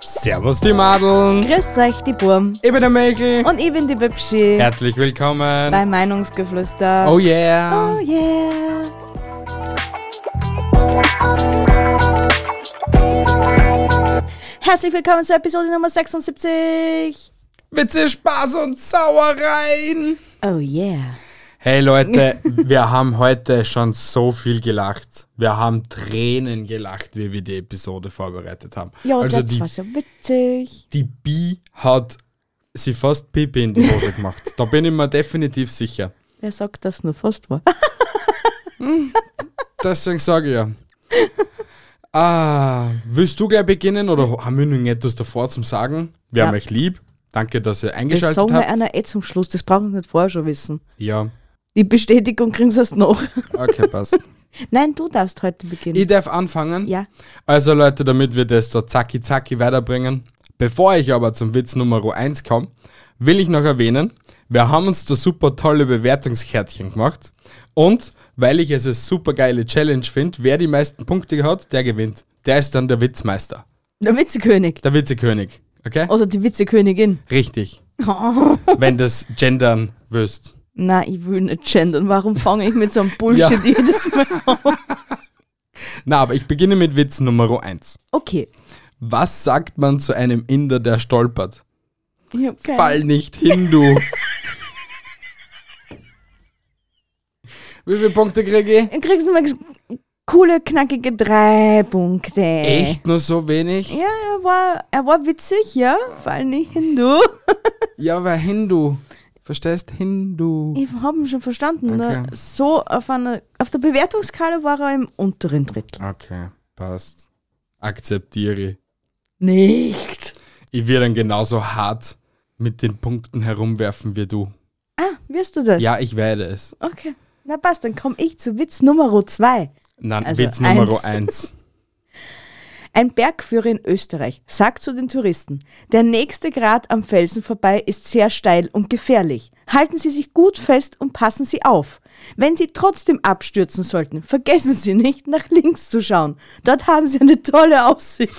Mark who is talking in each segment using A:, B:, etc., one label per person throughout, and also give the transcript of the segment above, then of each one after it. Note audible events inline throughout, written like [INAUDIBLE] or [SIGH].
A: Servus die Madeln.
B: Grüß euch, die Burm.
A: Ich bin der Mäkel.
B: Und ich bin die Bibschi.
A: Herzlich willkommen.
B: Bei Meinungsgeflüster.
A: Oh yeah.
B: Oh yeah. Oh Herzlich willkommen zur Episode Nummer 76.
A: Witze, Spaß und Sauereien.
B: Oh yeah.
A: Hey Leute,
B: [LAUGHS]
A: wir haben heute schon so viel gelacht. Wir haben Tränen gelacht, wie wir die Episode vorbereitet haben.
B: Ja,
A: also
B: das
A: die,
B: war schon witzig.
A: die Bi hat sie fast Pipi in die Hose gemacht. da bin ich mir definitiv sicher.
B: Wer sagt, dass nur
A: [LAUGHS]
B: fast war?
A: Deswegen sage ich ja. Ah, willst du gleich beginnen oder haben wir noch etwas davor zum Sagen? Wir
B: Ja.
A: haben euch lieb. Danke, dass ihr
B: Das
A: eingeschaltet
B: sagen wir
A: habt.
B: einer eh zum Schluss, das brauchen wir nicht vorher schon wissen.
A: Ja,
B: Die Bestätigung kriegen sie erst noch.
A: okay, passt.
B: Nein, du darfst heute beginnen.
A: [LAUGHS] ich darf anfangen.
B: ja.
A: Also Leute, damit wir das so zacki zacki weiterbringen, bevor ich aber zum Witz Nummer 1 komme, will ich noch erwähnen, wir haben uns da super tolle Bewertungskärtchen gemacht und weil ich es eine super geile Challenge finde, wer die meisten Punkte hat, der gewinnt. Der ist dann der Witzmeister,
B: Der Witzekönig.
A: der Witzekönig, okay?
B: Also die [LAUGHS] Witzekönigin.
A: Richtig. Wenn das gendern wirst.
B: Na, ich will nicht gendern. Warum fange ich mit
A: [LAUGHS]
B: so einem Bullshit
A: Ja.
B: jedes Mal an?
A: Na, aber ich beginne mit Witz Nummer 1.
B: Okay.
A: Was sagt man zu einem Inder, der stolpert?
B: Ich hab keine-
A: Fall nicht hin, du. Wie viele Punkte kriege ich?
B: Du kriegst nochmal coole, knackige drei Punkte.
A: Echt nur so wenig?
B: Äh. Ja, er war, er war witzig, ja. Vor allem nicht Hindu.
A: Ja, aber Hindu. Verstehst? Hindu.
B: Ich habe ihn schon verstanden. Ne?
A: Okay.
B: So auf, einer, auf der Bewertungskala war er im unteren Drittel.
A: Okay, passt. Akzeptiere.
B: Nicht.
A: Ich will dann genauso hart mit den Punkten herumwerfen wie du.
B: Ah, wirst du das?
A: Ja, ich werde es.
B: Okay. Na passt, dann komme ich zu Witz Nummer 2.
A: Nein,
B: Also
A: Witz Nummer 1.
B: eins. Ein Bergführer in Österreich sagt zu den Touristen, der nächste Grat am Felsen vorbei ist sehr steil und gefährlich. Halten Sie sich gut fest und passen Sie auf. Wenn Sie trotzdem abstürzen sollten, vergessen Sie nicht, nach links zu schauen. Dort haben Sie eine
A: [LAUGHS]
B: tolle Aussicht.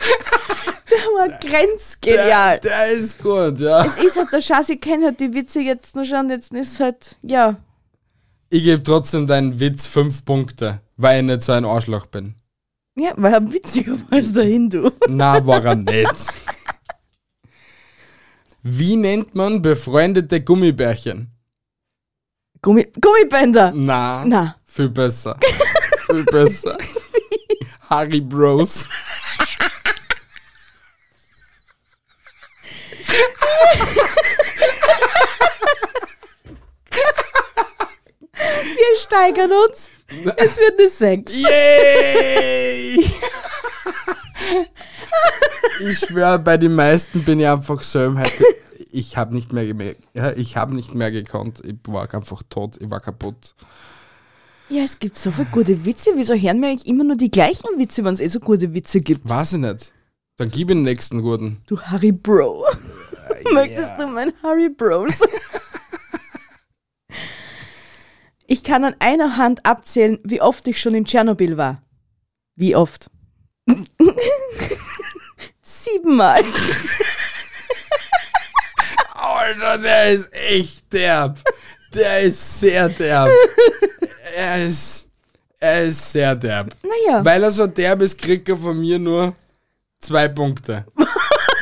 B: der war grenzgenial.
A: Der ist gut, ja.
B: Es ist halt der Schatz, ich kenne halt die Witze jetzt nur schon, jetzt ist halt, ja,
A: Ich gebe trotzdem deinen Witz 5 Punkte, weil ich nicht so ein Arschloch bin.
B: ja, war ja witziger als der Hindu.
A: Na, war er nicht. Wie nennt man befreundete Gummibärchen?
B: Gummi Gummibänder.
A: Na,
B: Na,
A: viel besser. viel
B: [LAUGHS]
A: besser. Harry Bros.
B: wir steigern uns. Es wird eine 6.
A: Yay! ich schwöre, bei den meisten bin ich einfach so im Hype. Ich habe nicht mehr gemerkt. Ja, ich habe nicht mehr gekonnt. Ich war einfach tot. Ich war kaputt.
B: Ja, es gibt so viele gute Witze. Wieso hören wir eigentlich immer nur die gleichen Witze, wenn es eh so gute Witze gibt?
A: Weiß ich nicht. Dann gib ihm den nächsten guten.
B: Du Harry Bro. Möchtest du mein Harry Bros? ich kann an einer Hand abzählen, wie oft ich schon in Tschernobyl war. Wie oft? [LAUGHS] Siebenmal.
A: Alter, der ist echt derb. Der ist sehr derb. Er ist, er ist sehr derb.
B: Naja,
A: Weil er so derb ist, kriegt er von mir nur zwei Punkte.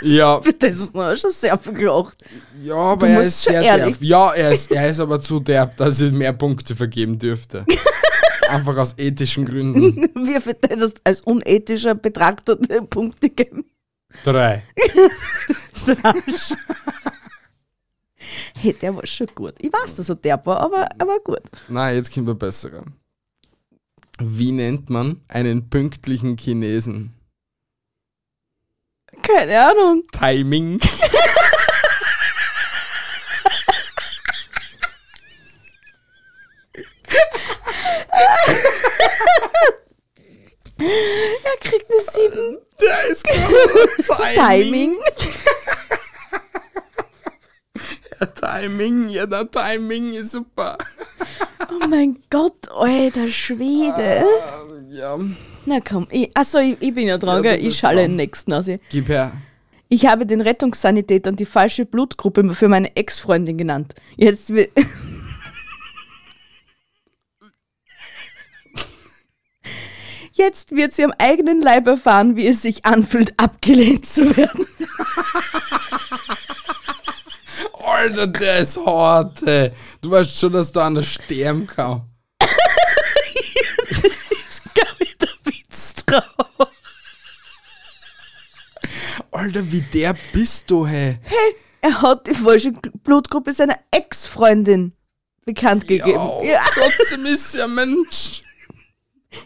A: Ja,
B: das ist noch schon sehr verglacht.
A: ja, aber er
B: musst
A: ist
B: schon
A: sehr
B: ehrlich-
A: derb. Ja, er ist, er ist aber zu derb, dass ich mehr Punkte vergeben
B: [LAUGHS]
A: dürfte. Einfach aus ethischen Gründen.
B: Wir wird das als unethischer Betrachter die Punkte geben?
A: Drei.
B: [LAUGHS] Hey, der war schon gut. Ich weiß, dass er derb war, aber er war gut.
A: Na, jetzt kommt der bessere. Wie nennt man einen pünktlichen Chinesen?
B: Keine Ahnung.
A: Timing.
B: Er kriegt eine 7.
A: Der ist
B: [LAUGHS]
A: gut.
B: Äh, Timing.
A: Ja, Timing, ja, der Timing ist super.
B: Oh mein Gott, alter Schwede.
A: Ja.
B: Na komm, ich, achso, ich, ich bin ja dran,
A: Ja,
B: gell?
A: du
B: ich
A: bist
B: schalle
A: dran.
B: den nächsten aus.
A: Gib her.
B: Ich habe den Rettungssanitätern die falsche Blutgruppe für meine Ex-Freundin genannt. Jetzt will. Jetzt wird sie am eigenen Leib erfahren, wie es sich anfühlt, abgelehnt zu werden. [LAUGHS]
A: Alter, der ist hart, ey. Du weißt schon, dass du an der sterben kannst.
B: Das gab ich der Witz drauf.
A: Alter, wie der bist du, hey.
B: Er hat die falsche Blutgruppe seiner Ex-Freundin bekannt gegeben. Ja,
A: Trotzdem ist er Mensch.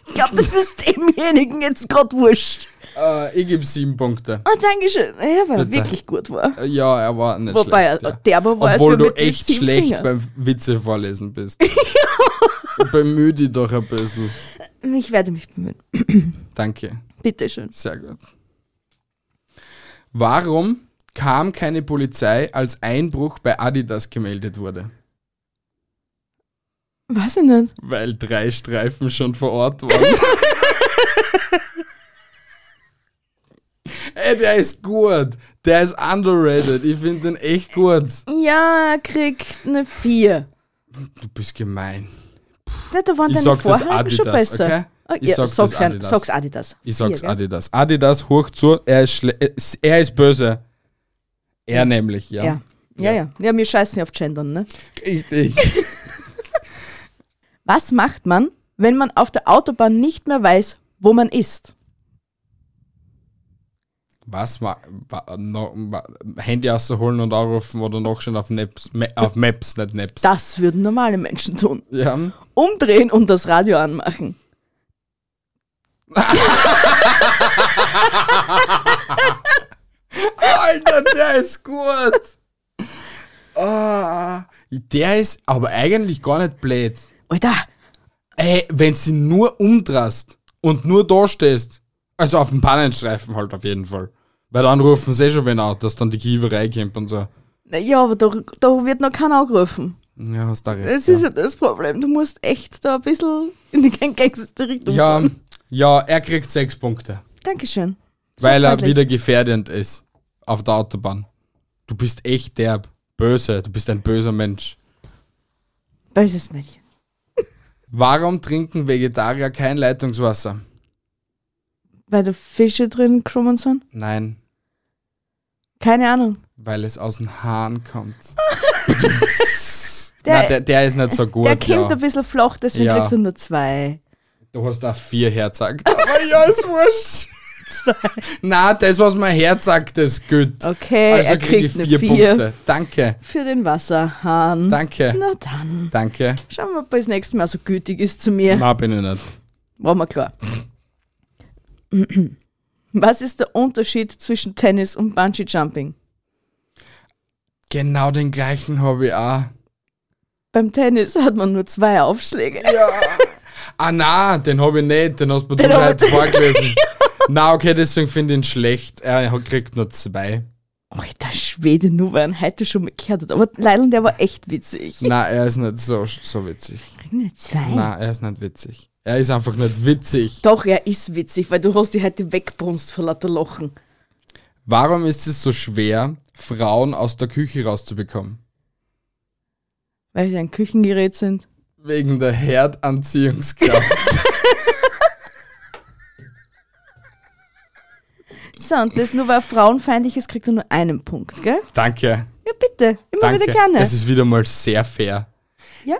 B: ich glaube, das ist demjenigen jetzt gerade wurscht.
A: [LAUGHS] Äh, ich gebe sieben Punkte.
B: Oh, Dankeschön. Ja, weil er
A: Bitte.
B: wirklich gut war.
A: Äh, Ja, er war nicht
B: Wobei,
A: schlecht.
B: äh, derber war es
A: Obwohl
B: ja
A: du
B: wirklich
A: echt
B: sieben
A: schlecht
B: Finger.
A: beim Witze vorlesen
B: [LAUGHS]
A: bist. Bemühe dich doch ein bisschen.
B: Ich werde mich bemühen.
A: Danke.
B: Bitteschön.
A: Sehr gut. Warum kam keine Polizei, als Einbruch bei Adidas gemeldet wurde?
B: Was denn denn?
A: Weil drei Streifen schon vor Ort waren. [LAUGHS] Ey, der ist gut. Der ist underrated. Ich finde den echt gut.
B: Ja, er kriegt eine 4.
A: Du bist gemein.
B: Na, da waren
A: Ich
B: Ah, deine
A: sag das
B: Vorhaben schon
A: Adidas,
B: besser.
A: okay?
B: Oh,
A: Ich
B: ja,
A: sag das
B: sag's, ja-
A: Adidas.
B: sag's ne? Adidas.
A: Ich sag's
B: Vier, gell?
A: Adidas. Adidas, hoch zu. Er ist, schle- äh, er ist böse. Er nämlich, ja.
B: Ja. Ja, ja. ja. wir scheißen ja auf Gendern, ne?
A: Richtig. [LAUGHS]
B: Was macht man, wenn man auf der Autobahn nicht mehr weiß, wo man ist?
A: Was ma, wa, no, wa, Handy rausholen und anrufen oder nachschauen auf, Naps, Ma- auf Maps, nicht Naps.
B: Das würden normale Menschen tun.
A: Ja.
B: Umdrehen und das Radio anmachen.
A: Alter, der ist gut. Ah, der ist aber eigentlich gar nicht blöd.
B: Alter,
A: Ey, wenn sie nur umdrast und nur da stehst, also auf dem Pannenstreifen halt auf jeden Fall. Weil dann rufen sie eh schon wen an, dass dann die Kiewerei kommt und so.
B: Na ja, aber da, da wird noch keiner angerufen.
A: Ja, hast da recht.
B: Das
A: ja.
B: ist ja das Problem. Du musst echt da ein bisschen in die [LAUGHS] gängigste Richtung
A: ja,
B: fahren.
A: ja, er kriegt sechs Punkte,
B: Dankeschön. Sehr
A: weil er
B: freundlich.
A: wieder gefährdend ist auf der Autobahn. Du bist echt derb, böse, du bist ein böser Mensch.
B: Böses Mädchen.
A: Warum trinken Vegetarier kein Leitungswasser?
B: Weil da Fische drin krummen sind?
A: Nein,
B: Keine Ahnung.
A: Weil es aus dem Hahn
B: [LAUGHS]
A: kommt. [LAUGHS]
B: Der-
A: der, Nein, der, der ist nicht so gut.
B: Der kommt
A: ja.
B: ein bisschen flach, deswegen
A: Ja.
B: kriegst du nur zwei.
A: Du hast auch vier Herzakt. Aber ja, ist wurscht. [LAUGHS] Na, das, was mein Herz sagt, ist gut.
B: Okay,
A: also
B: er
A: krieg ich
B: kriegt eine
A: vier
B: Vier.
A: Punkte. Danke,
B: Für den Wasserhahn.
A: danke,
B: Na dann.
A: danke.
B: Schauen wir, ob er das nächste Mal so gütig ist zu mir.
A: Na, bin ich nicht.
B: War mir klar. [CLEARS THROAT] Was ist der Unterschied zwischen Tennis und Bungee Jumping?
A: Genau den gleichen habe ich auch.
B: Beim Tennis hat man nur zwei Aufschläge.
A: Ah, na, den habe ich nicht. Den hast du
B: Den
A: mir
B: hab
A: heute
B: ich- [LAUGHS]
A: vorgelesen. Na, okay, deswegen finde ich ihn schlecht. Er hat- kriegt nur zwei.
B: Alter Schwede, nur weil er heute schon mal gehört hat. Aber Leilon, der war echt witzig.
A: Na, er ist nicht so, so witzig.
B: Kriegen wir zwei?
A: Na, er ist nicht witzig. Er ist einfach nicht witzig.
B: Doch, er ist witzig, weil du hast die heute wegbrunst vor lauter Lachen.
A: Warum ist es so schwer, Frauen aus der Küche rauszubekommen?
B: Weil sie ein Küchengerät sind.
A: Wegen der Herdanziehungskraft.
B: So, und das nur weil er frauenfeindlich ist, kriegt er nur einen Punkt, gell?
A: [LAUGHS] Danke.
B: Ja, bitte. Immer
A: Danke.
B: wieder gerne.
A: Das ist wieder mal sehr fair.
B: ja?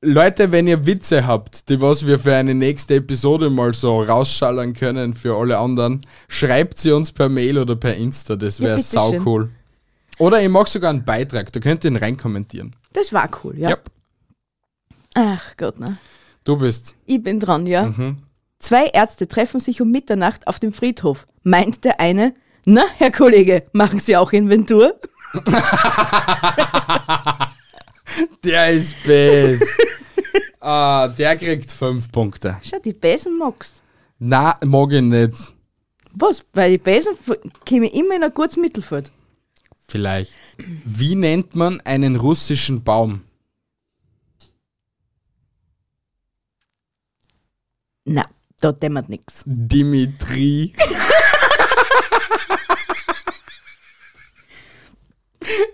A: Leute, wenn ihr Witze habt, die was wir für eine nächste Episode mal so rausschallern können für alle anderen, schreibt sie uns per Mail oder per Insta, das
B: Ja,
A: wäre
B: bitteschön.
A: sau cool. Oder ihr macht sogar einen Beitrag, da könnt ihr ihn reinkommentieren.
B: Das war cool, ja?
A: Ja.
B: Ach Gott, ne?
A: Du bist.
B: Ich bin dran, ja?
A: Mhm.
B: Zwei Ärzte treffen sich um Mitternacht auf dem Friedhof. Meint der eine, na, Herr Kollege, machen Sie auch Inventur?
A: Der ist [LAUGHS] best. ah, der kriegt fünf Punkte.
B: Schau, die Besen magst.
A: Na, mag ich nicht.
B: Was? Weil die Besen käme immer in ein gutes Mittelfeld.
A: Vielleicht. Wie nennt man einen russischen Baum?
B: Na, Da dämmert nix.
A: [LAUGHS] Dimitri.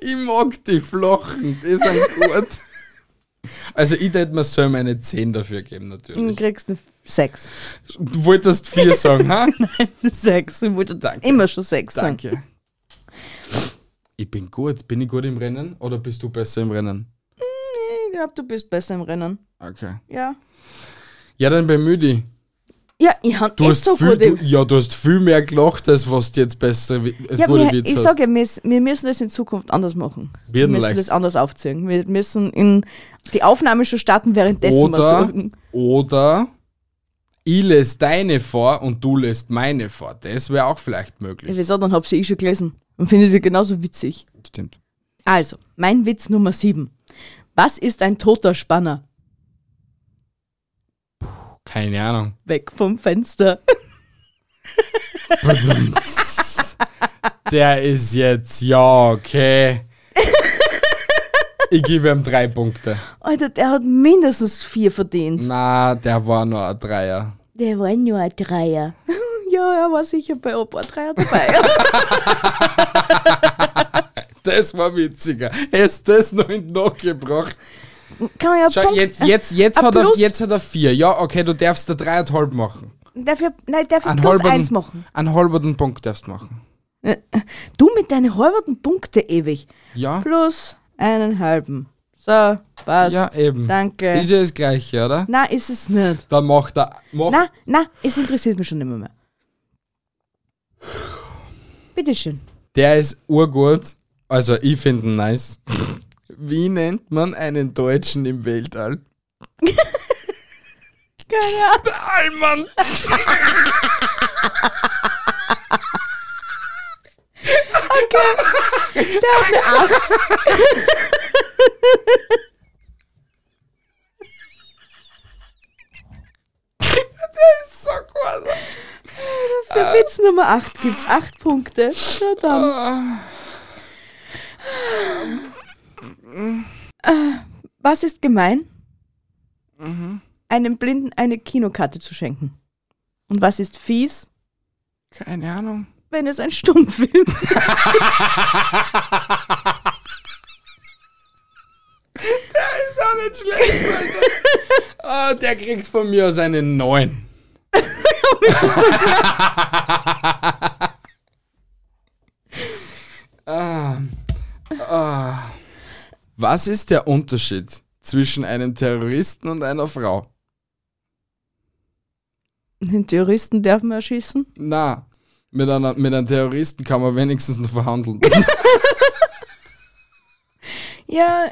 A: ich mag die Flochen, die sind gut. Also ich hätte mir so eine 10 dafür geben,
B: Du
A: natürlich.
B: kriegst eine Sechs.
A: Du wolltest 4 sagen, ha?
B: Sechs. Ich wollte
A: Danke.
B: immer schon Sechs sagen.
A: [LAUGHS] Danke. Ich bin gut. Bin ich gut im Rennen oder bist du besser im Rennen?
B: Ich glaube, du bist besser im Rennen.
A: Okay.
B: Ja.
A: Ja, dann bemühe dich.
B: Ja, ich habe
A: Du hast,
B: so
A: viel,
B: gut
A: du,
B: im
A: ja, du hast viel mehr gelacht, als was du jetzt besser wi- als
B: Ja,
A: gute
B: wir,
A: Witz
B: ich
A: hast.
B: sage, wir, wir müssen das in Zukunft anders machen. Wir
A: Wird
B: müssen
A: leicht.
B: das anders aufziehen. Wir müssen in die Aufnahme schon starten, währenddessen wir
A: oder,
B: sorgen.
A: oder ich lese deine vor und du lässt meine vor. Das wäre auch vielleicht
B: Ja,
A: möglich.
B: wieso, dann habe ich sie eh schon gelesen und finde sie genauso witzig.
A: Stimmt.
B: Also, mein Witz Nummer 7. Was ist ein toter Spanner?
A: Keine Ahnung. [LAUGHS]
B: Weg vom Fenster. [LAUGHS]
A: Badumts. Der ist jetzt, ja, okay. Ich gebe ihm drei Punkte.
B: Alter, der hat mindestens vier verdient.
A: Na, der war nur ein Dreier.
B: Der war nur ein Dreier. [LAUGHS] ja, er war sicher bei Opa
A: [LAUGHS]
B: Dreier dabei.
A: Das war witziger. Hättest das noch in nachgebracht.
B: Kann man ja
A: Schau,
B: Punkt-
A: jetzt, jetzt, jetzt,
B: Ein
A: hat er,
B: Plus.
A: jetzt hat er vier. Ja, okay, du darfst da dreieinhalb machen.
B: Darf ich, nein, darf ich
A: Einen
B: plus
A: halberten-
B: eins machen? Äh,
A: Einen halberten Punkt darfst du machen.
B: Du mit deinen halberten Punkte ewig.
A: Ja?
B: Plus einen halben. So, passt.
A: Ja, eben.
B: Danke.
A: Ist ja das Gleiche, oder?
B: Na, ist es nicht.
A: Dann macht er. Mach,
B: Na, na, es interessiert mich schon immer mehr. Bitteschön.
A: Der ist urgut. Also, ich finde ihn nice. Wie nennt man einen Deutschen im Weltall?
B: Keine
A: Allmann!
B: Ahnung.
A: [LAUGHS] So gut.
B: Für Witz Nummer 8 gibt es 8 Punkte. Na dann.
A: Ah.
B: Äh, Was ist gemein?
A: Mhm.
B: Einem Blinden eine Kinokarte zu schenken. Und was ist fies,
A: Keine Ahnung.
B: wenn es ein Stummfilm ist?
A: Ist auch nicht schlecht, Alter. Ah, der kriegt von mir aus einen neuen. [LAUGHS] ah, ah. Was ist der Unterschied zwischen einem Terroristen und einer Frau?
B: Den Terroristen darf man erschießen.
A: Na, mit, einer, mit einem Terroristen kann man wenigstens noch verhandeln. [LAUGHS]
B: Ja, äh,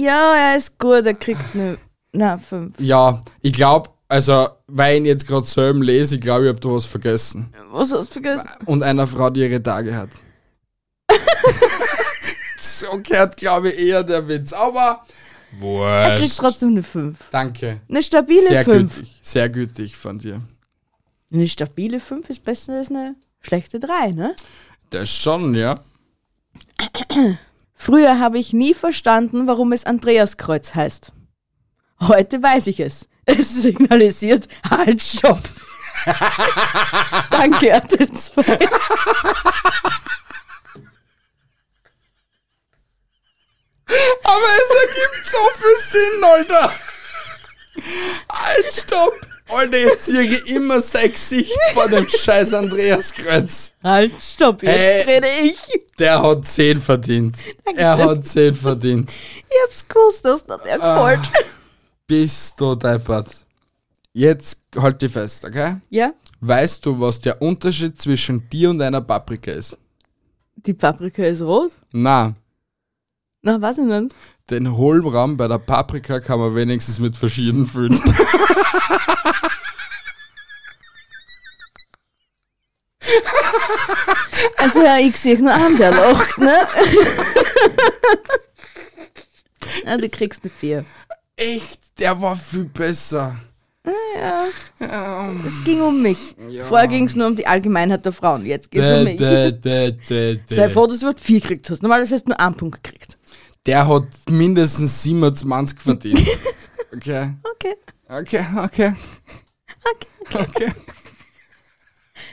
B: ja, er ist gut, er kriegt eine. Na, fünf.
A: ja, ich glaube, also, weil ich ihn jetzt gerade selber lese, ich glaube, ich habe da was vergessen.
B: Was hast du vergessen?
A: und einer Frau, die ihre Tage
B: [LAUGHS]
A: hat. so gehört, glaube ich, eher der Witz. Aber
B: Er kriegt
A: wurscht.
B: trotzdem eine fünf.
A: Danke.
B: Eine stabile
A: Äh, Sehr
B: fünf.
A: gütig. Sehr gütig von dir.
B: Eine stabile fünf ist besser als eine schlechte drei, ne?
A: Das schon, ja.
B: Früher habe ich nie verstanden, warum es Andreaskreuz heißt. Heute weiß ich es. Es signalisiert,
A: [LAUGHS]
B: halt, stopp. Danke, RTL 2.
A: Aber es ergibt so viel Sinn, Alter. Halt, stopp. Alter, jetzt sehe ich immer sein Gesicht von dem scheiß Andreas Kreuz.
B: Halt, stopp, jetzt
A: Hey.
B: rede ich.
A: Der hat 10 verdient. Er
B: Dankeschön.
A: hat 10 verdient.
B: Ich hab's gewusst, dass dir der
A: Ah.
B: gefällt.
A: Bist du deppert. Jetzt halt dich fest, okay?
B: Ja,
A: Weißt du, was der Unterschied zwischen dir und einer Paprika ist?
B: die Paprika ist rot.
A: Na,
B: Na, was denn dann?
A: den Hohlraum bei der Paprika kann man wenigstens mit verschieden
B: [LAUGHS]
A: füllen.
B: Also ja, ich sehe nur an, der lacht, [LAUGHS] ne? Na, Also, du kriegst eine vier.
A: Echt, der war viel besser.
B: Ja. Es ging um mich. Vorher ging es nur um die Allgemeinheit der Frauen. Jetzt geht es
A: Äh,
B: um mich. Sei froh, dass du überhaupt vier gekriegt hast. Normalerweise hast du nur einen Punkt gekriegt.
A: Der hat mindestens
B: [LAUGHS]
A: 27 verdient. Okay,
B: Okay.
A: okay, okay.
B: Okay.
A: Okay.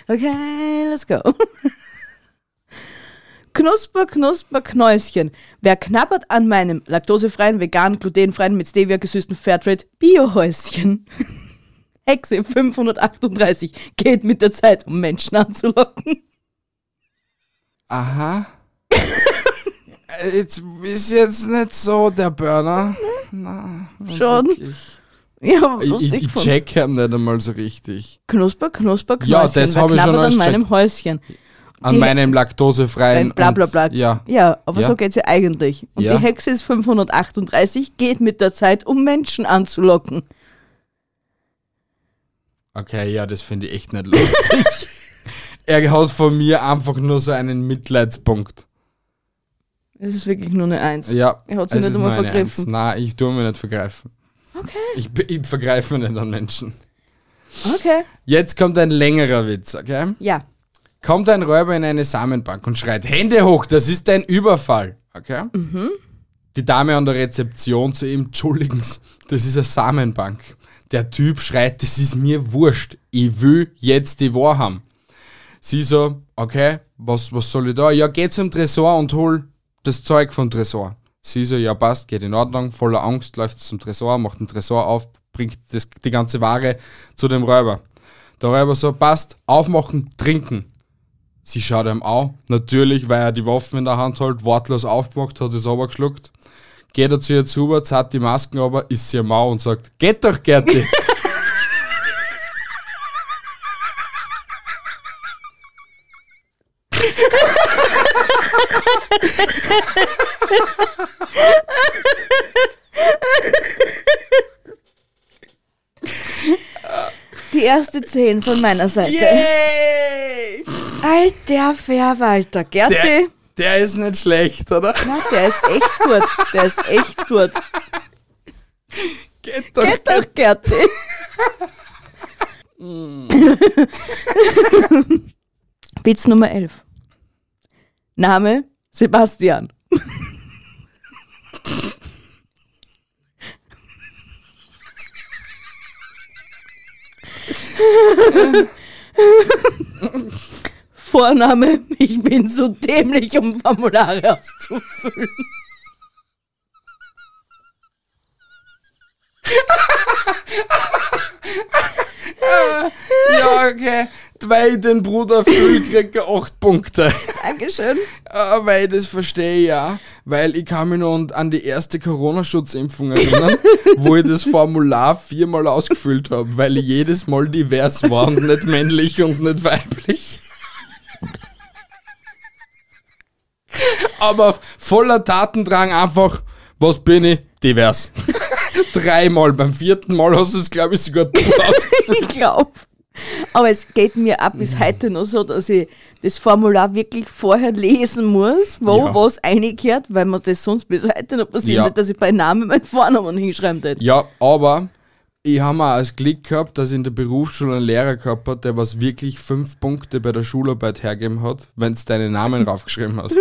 B: Okay, let's go. Knusper, Knusper, Knäuschen. Wer knabbert an meinem laktosefreien, veganen, glutenfreien, mit Stevia gesüßten Fairtrade Biohäuschen? [LAUGHS] Hexe 538 geht mit der Zeit, um Menschen anzulocken.
A: Aha. Äh, Jetzt ist jetzt nicht so der Burner. Na, nicht
B: Ne? Schon.
A: wirklich.
B: Ja,
A: Ich, ich,
B: lustig
A: ich
B: von.
A: check ihn nicht einmal so richtig.
B: Knusper, Knusper, Knäuschen.
A: Ja, das
B: Wer
A: hab ich schon
B: knabbert an
A: alles
B: meinem Häuschen.
A: An
B: Die-
A: meinem laktosefreien.
B: Bla bla bla.
A: Und, ja.
B: ja aber
A: Ja.
B: so geht's ja eigentlich. Und
A: Ja.
B: die Hexe ist 538, geht mit der Zeit, um Menschen anzulocken.
A: Okay, ja, das finde ich echt nicht lustig.
B: [LAUGHS]
A: er hat von mir einfach nur so einen Mitleidspunkt.
B: Es ist wirklich nur eine Eins.
A: Ja.
B: Er hat sich
A: es
B: nicht
A: ist
B: einmal
A: nur eine
B: vergriffen.
A: Eins. Nein, ich tue mir nicht vergreifen.
B: Okay.
A: Ich, be- ich vergreife mich nicht an Menschen.
B: Okay.
A: Jetzt kommt ein längerer Witz, okay?
B: Ja.
A: Kommt ein Räuber in eine Samenbank und schreit, Hände hoch, das ist ein Überfall. Okay? Die Dame an der Rezeption zu ihm, entschuldigen Sie, das ist eine Samenbank. Der Typ schreit, das ist mir wurscht, ich will jetzt die Wahr haben. Sie so, okay, was, was soll ich da? Ja, geh zum Tresor und hol das Zeug vom Tresor. Sie so, ja passt, geht in Ordnung, voller Angst, läuft zum Tresor, macht den Tresor auf, bringt das, die ganze Ware zu dem Räuber. Der Räuber so, passt, aufmachen, trinken. Sie schaut ihm an, natürlich, weil er die Waffen in der Hand hält, wortlos aufgemacht, hat es runtergeschluckt. Geht er zu ihr zu, zahlt die Masken aber, ist sie mau und sagt, geht doch, Gerti.
B: Die erste 10 von meiner Seite.
A: Yay!
B: Alter Verwalter. Gerti.
A: Der, der ist nicht schlecht, oder?
B: Na, der ist echt gut. Der ist echt gut.
A: Geht doch,
B: Geht doch, Gerti. [LAUGHS] Witz Nummer 11. Name Sebastian. Vorname, ich bin so dämlich, um Formulare auszufüllen.
A: Ja, okay. Weil ich den Bruder fühl, kriegt er 8 Punkte.
B: Dankeschön.
A: Ah, weil das verstehe ich ja, weil ich kann mich noch an- an die erste Corona-Schutzimpfung erinnern, wo ich das Formular viermal ausgefüllt habe, weil ich jedes Mal divers war und nicht männlich und nicht weiblich. Aber voller Tatendrang einfach, was bin ich? Divers. [LAUGHS] Dreimal, beim vierten Mal hast du es, glaube ich, sogar du ausgefüllt.
B: [LAUGHS] ich glaube. Aber es geht mir ab bis heute noch so, dass ich das Formular wirklich vorher lesen muss, wo
A: Ja.
B: was eingekehrt, weil mir das sonst bis heute noch passiert,
A: Ja.
B: nicht, dass ich bei Namen meinen Vornamen hinschreiben hätte.
A: Ja, aber ich habe mal als Glück gehabt, dass ich in der Berufsschule einen Lehrer gehabt hat, der was wirklich fünf Punkte bei der Schularbeit hergeben hat, wenn du deinen Namen draufgeschrieben [LAUGHS] hast.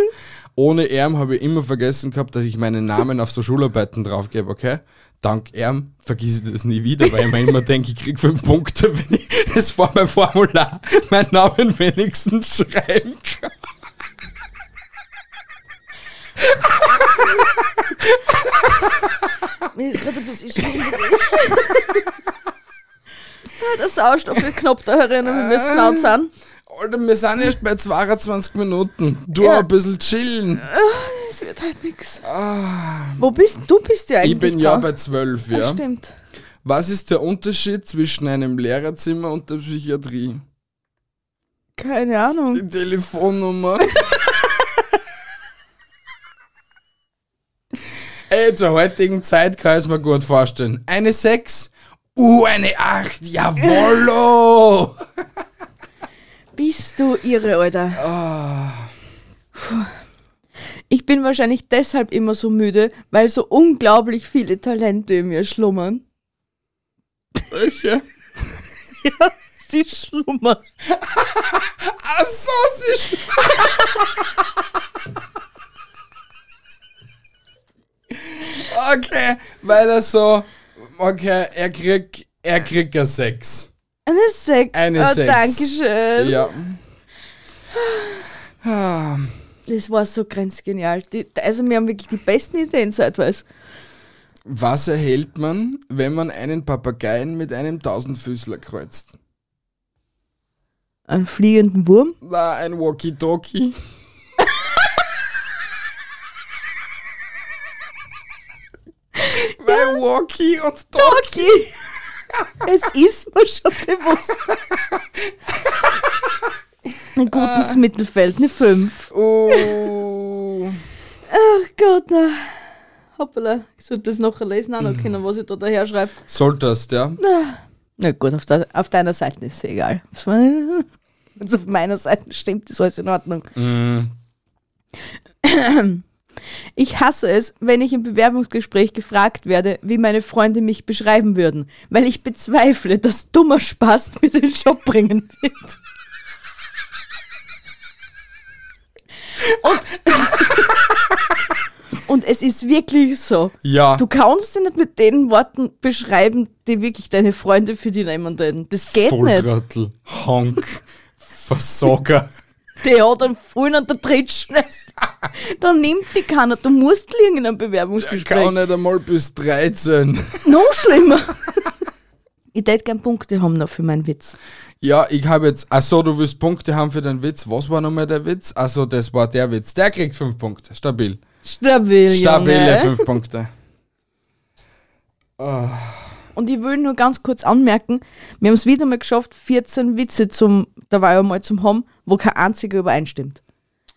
A: Ohne Erm habe ich immer vergessen gehabt, dass ich meinen Namen auf so Schularbeiten draufgebe, okay? Dank Erm vergesse ich das nie wieder, weil ich mir immer denke, ich krieg fünf Punkte, [LAUGHS] wenn ich es vor meinem Formular meinen Namen wenigstens schreiben kann.
B: Mir ist gerade ein bisschen schwindelig.
A: [LAUGHS]
B: Ah, Der Sauerstoff wird knapp da herinnen, wir müssen
A: Ah.
B: laut sein.
A: Alter, wir sind erst bei 22 Minuten. Du
B: Ja.
A: ein bisschen chillen.
B: Es wird halt nichts. Wo bist du? bist ja
A: Ah.
B: eigentlich
A: Ich bin ja
B: dran.
A: bei 12, ja.
B: Ah, Stimmt.
A: Was ist der Unterschied zwischen einem Lehrerzimmer und der Psychiatrie?
B: Keine Ahnung.
A: Die Telefonnummer. Ey, zur heutigen Zeit kann ich es mir gut vorstellen. Eine 6, uh, eine 8, jawollo!
B: Bist du irre, Alter? Puh. Ich bin wahrscheinlich deshalb immer so müde, weil so unglaublich viele Talente in mir schlummern. [LAUGHS]
A: Welche?
B: Ja, sie schlummern.
A: Ach Ah, so, sie [LAUGHS] sch- Okay, weil er so, okay, er kriegt, er kriegt eine 6.
B: Eine Sechs.
A: Eine
B: oh,
A: Sechs.
B: Dankeschön.
A: Ja.
B: Das war so grenzgenial. Die, also wir haben wirklich die besten Ideen zeitweise.
A: Was erhält man, wenn man einen Papageien mit einem Tausendfüßler kreuzt?
B: Einen fliegenden Wurm.
A: Na, ein
B: [LAUGHS]
A: Walkie-Talkie. Weil Walkie und Talkie. [LAUGHS]
B: Okay. es ist mir schon bewusst. Ein
A: Ah.
B: gutes Mittelfeld, eine 5.
A: Oh.
B: Ach Gott, na. Hoppala, ich sollte das nachher lesen auch noch können, was ich da daher schreibe.
A: Solltest, ja?
B: Na gut, auf, de auf deiner Seite ist es egal. [LAUGHS] Wenn es auf meiner Seite stimmt, ist alles in Ordnung.
A: Mm,
B: Ich hasse es, wenn ich im Bewerbungsgespräch gefragt werde, wie meine Freunde mich beschreiben würden, weil ich bezweifle, dass dummer Spaß mir den Job bringen wird. [LAUGHS] Und, und es ist wirklich so.
A: Ja.
B: Du kannst dich nicht mit den Worten beschreiben, die wirklich deine Freunde für dich nehmen würden. Das geht nicht.
A: Volltrottel, Honk, Versager.
B: Der hat einen Fallen und der Trittschnest. [LAUGHS] Da nimmt die keiner. Du musst liegen in einem
A: Ich
B: Bewerbungsgespräch.
A: kann nicht einmal bis 13.
B: Noch schlimmer. [LAUGHS] Ich tät gern Punkte haben noch für meinen Witz.
A: Ja, ich habe jetzt. Achso, du willst Punkte haben für den Witz. Was war nochmal der Witz? Achso, das war der Witz. Der kriegt 5 Punkte. Stabil.
B: Stabil,
A: Stabile
B: Junge.
A: 5 Punkte.
B: eh? Und ich will nur ganz kurz anmerken, wir haben es wieder mal geschafft, 14 Witze zum, da war ja mal zum haben, wo kein einziger übereinstimmt.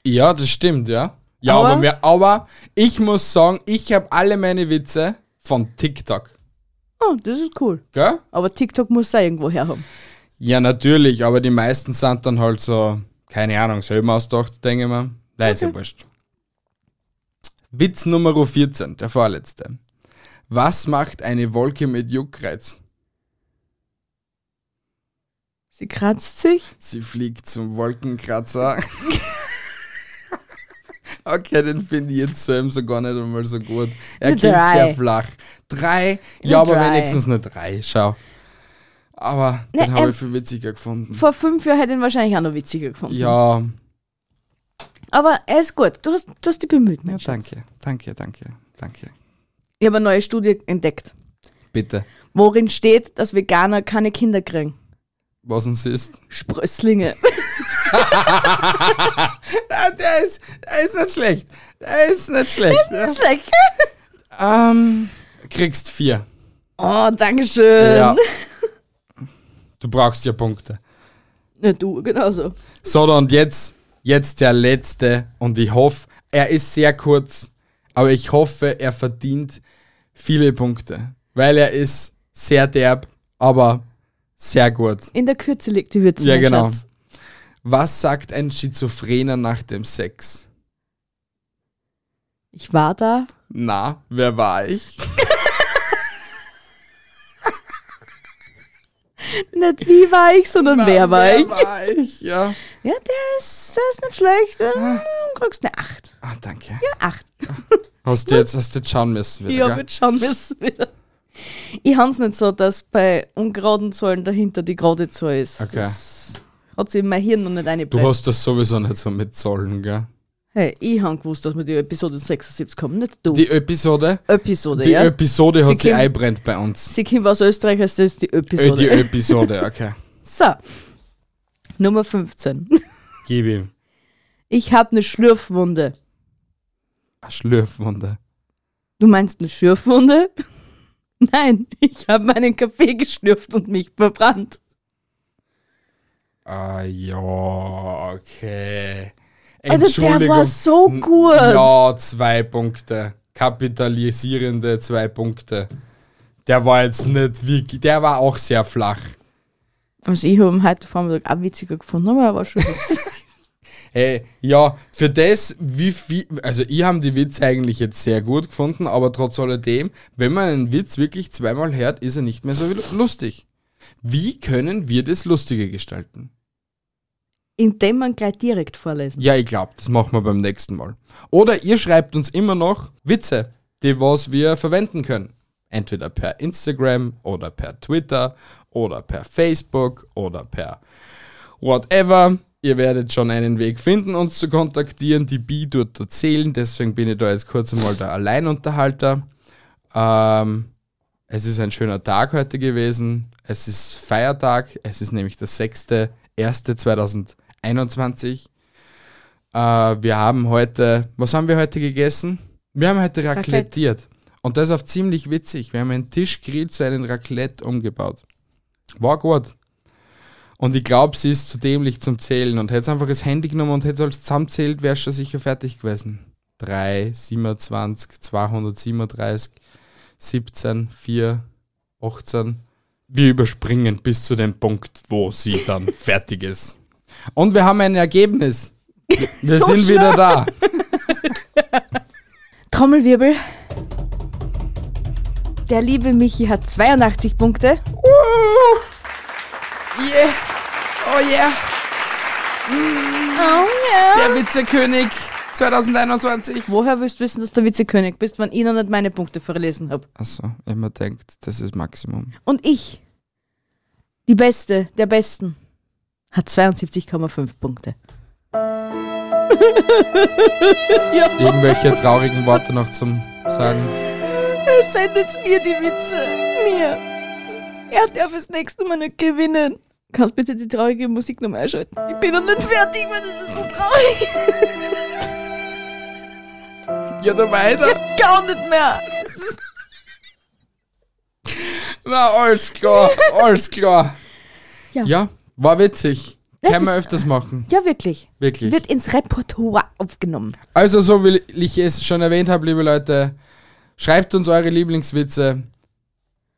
A: Ja, das stimmt, ja. Ja,
B: Aber-
A: aber, mir, aber ich muss sagen, ich habe alle meine Witze von TikTok.
B: Oh, das ist cool.
A: Gell?
B: Aber TikTok muss da irgendwo herhaben.
A: Ja, natürlich, aber die meisten sind dann halt so, keine Ahnung, selber ausgedacht, denke ich mal. Nein, ist ja wurscht. Witz Nummer 14, der vorletzte. Was macht eine Wolke mit Juckreiz?
B: Sie kratzt sich.
A: Sie fliegt zum Wolkenkratzer. [LAUGHS] okay, den finde ich jetzt selbst so gar nicht einmal so gut. Er
B: Eine
A: klingt
B: Drei.
A: sehr flach. Drei? Ja,
B: Eine
A: aber
B: Drei.
A: wenigstens eine Drei, schau. Aber den
B: Ne,
A: habe
B: ähm,
A: ich viel witziger gefunden.
B: Vor fünf Jahren hätte ich ihn wahrscheinlich auch noch witziger gefunden.
A: Ja,
B: Aber er ist gut. Du hast, du hast dich bemüht, mein
A: ja,
B: Schatz.
A: danke, danke, danke, danke.
B: Ich habe eine neue Studie entdeckt,
A: Bitte,
B: worin steht, dass Veganer keine Kinder kriegen.
A: was uns ist. [LAUGHS]
B: Sprösslinge.
A: Ah, der, ist der ist nicht schlecht. Der ist nicht schlecht.
B: Das ist lecker.
A: [LAUGHS] ähm, kriegst vier.
B: Oh, Dankeschön.
A: Ja. Du brauchst ja Punkte.
B: Na, du, genauso.
A: So, dann und jetzt, jetzt der letzte. Und ich hoffe, er ist sehr kurz, aber ich hoffe, er verdient viele Punkte. Weil er ist sehr derb, aber sehr gut.
B: In der Kürze liegt die Würze.
A: Ja,
B: mein
A: genau.
B: Schatz.
A: Was sagt ein Schizophrener nach dem Sex?
B: Ich war da.
A: Na, wer war ich?
B: [LAUGHS] Nicht wie war ich, sondern wer war
A: wer
B: ich.
A: war ich? Ja.
B: Ja, der ist, der ist nicht schlecht. Du kriegst eine Acht.
A: Ah, danke.
B: Eine Acht.
A: Hast du jetzt, hast du jetzt schauen müssen wieder,
B: Ja,
A: gell?
B: jetzt schauen wir es wieder. Ich habe es nicht so, dass bei ungeraden Zahlen dahinter die gerade Zahl ist.
A: Okay.
B: Das hat sich in mein Hirn noch nicht
A: Du
B: eingeblendet.
A: hast das sowieso nicht so mit Zollen, gell?
B: Hey, ich habe gewusst, dass wir die Episode 76 haben, nicht du.
A: Die Episode,
B: Episode,
A: die
B: ja.
A: Episode
B: Sie
A: hat sich
B: kommen-
A: einbrennt bei uns.
B: Sie kommen aus Österreich, heißt das die
A: Äh,
B: Episode.
A: die Episode, okay.
B: so, Nummer 15.
A: Gib ihm.
B: Ich habe eine Schlürfwunde.
A: Eine Schlürfwunde.
B: Du meinst eine Schürfwunde? [LAUGHS] Nein, ich habe meinen Kaffee geschlürft und mich verbrannt.
A: Ah, ja, okay.
B: Alter, der war so
A: N-
B: gut.
A: Ja, zwei Punkte. Kapitalisierende zwei Punkte. Der war jetzt nicht wirklich, der war auch sehr flach.
B: Also ich habe ihn heute Vormittag auch witziger gefunden, aber er war schon gut. [LAUGHS]
A: Hey, ja, für das, wie viel, also ich habe die Witze eigentlich jetzt sehr gut gefunden, aber trotz alledem, wenn man einen Witz wirklich zweimal hört, ist er nicht mehr so lu- lustig. Wie können wir das lustiger gestalten?
B: Indem man gleich direkt vorlesen.
A: Ja, ich glaube, das machen wir beim nächsten Mal. Oder ihr schreibt uns immer noch Witze, die was wir verwenden können. Entweder per Instagram oder per Twitter oder per Facebook oder per whatever. Ihr werdet schon einen Weg finden, uns zu kontaktieren. Die Bi dort erzählen, deswegen bin ich da jetzt kurz einmal der Alleinunterhalter. Ähm, es ist ein schöner Tag heute gewesen. Es ist Feiertag. Es ist nämlich der 6.1.2021. Äh, wir haben heute, was haben wir heute gegessen? Wir haben heute
B: Raclette.
A: raclettiert. Und das ist auch ziemlich witzig. Wir haben einen Tischgrill zu einem Raclette umgebaut. War gut. Und ich glaube, sie ist zu dämlich zum Zählen und hätte einfach das Handy genommen und hätte alles zusammenzählt, wäre schon sicher fertig gewesen. 3, 27, 237, 17, 4, 18. Wir überspringen bis zu dem Punkt, wo sie [LAUGHS] dann fertig ist. Und wir haben ein Ergebnis. Wir, wir
B: So
A: sind
B: schnell.
A: wieder da.
B: Trommelwirbel. Der liebe Michi hat 82 Punkte.
A: Yeah. Oh yeah.
B: Oh ja.
A: Der Witzekönig 2021.
B: Woher willst du wissen, dass du Witzekönig bist, wenn ich noch nicht meine Punkte verlesen habe?
A: Achso, immer denkt, das ist Maximum.
B: Und ich, die Beste der Besten, hat 72,5 Punkte. [LAUGHS]
A: Irgendwelche traurigen Worte noch zum Sagen.
B: Sendet mir die Witze. Mir. Er darf das nächste Mal nicht gewinnen. Kannst bitte die traurige Musik nochmal einschalten? Ich bin noch nicht fertig, weil das ist so traurig. [LAUGHS]
A: Ja, da weiter.
B: Gar nicht mehr. Es ist-
A: Na, alles klar, alles klar.
B: Ja.
A: ja war witzig.
B: Das
A: Können wir
B: ist-
A: öfters machen,
B: Ja, wirklich.
A: wirklich.
B: Wird ins Repertoire aufgenommen.
A: Also, so wie ich es schon erwähnt habe, liebe Leute, schreibt uns eure Lieblingswitze,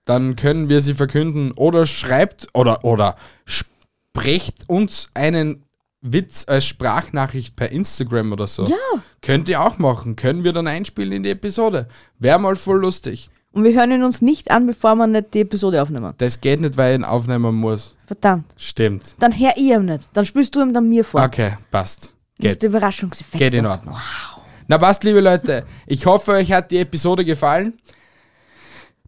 A: dann können wir sie verkünden. Oder schreibt oder oder sprecht uns einen Witz als Sprachnachricht per Instagram oder so.
B: Ja.
A: Könnt ihr auch machen. Können wir dann einspielen in die Episode. Wäre mal voll lustig.
B: Und wir hören ihn uns nicht an, bevor wir nicht die Episode aufnehmen.
A: Das geht nicht, weil ich ihn aufnehmen muss.
B: Verdammt.
A: Stimmt.
B: Dann hör ich ihm nicht. Dann spielst du ihm dann mir vor.
A: Okay, passt.
B: Das ist
A: Ah, Geht,
B: der Überraschungseffekt.
A: geht in Ordnung. Na passt, liebe Leute. Ich hoffe, euch hat die Episode gefallen.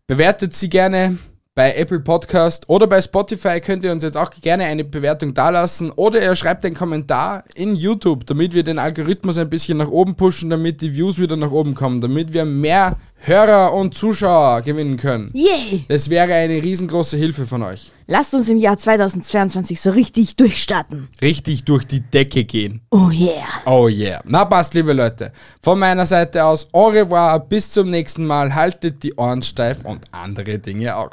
A: Bewertet sie gerne bei Apple Podcast oder bei Spotify könnt ihr uns jetzt auch gerne eine Bewertung dalassen oder ihr schreibt einen Kommentar in YouTube, damit wir den Algorithmus ein bisschen nach oben pushen, damit die Views wieder nach oben kommen, damit wir mehr Hörer und Zuschauer gewinnen können.
B: Yay!
A: Das wäre eine riesengroße Hilfe von euch.
B: Lasst uns im Jahr 2022 so richtig durchstarten.
A: Richtig durch die Decke gehen.
B: Oh yeah.
A: Oh yeah. Na passt, liebe Leute. Von meiner Seite aus, au revoir, bis zum nächsten Mal. Haltet die Ohren steif und andere Dinge auch.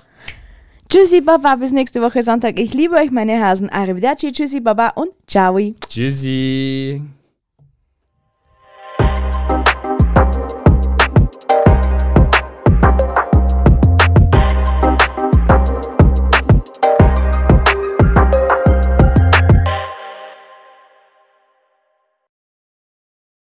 B: Tschüssi, Baba, bis nächste Woche Sonntag. Ich liebe euch, meine Hasen. Arrivederci, Tschüssi, Baba und Ciao.
A: Tschüssi.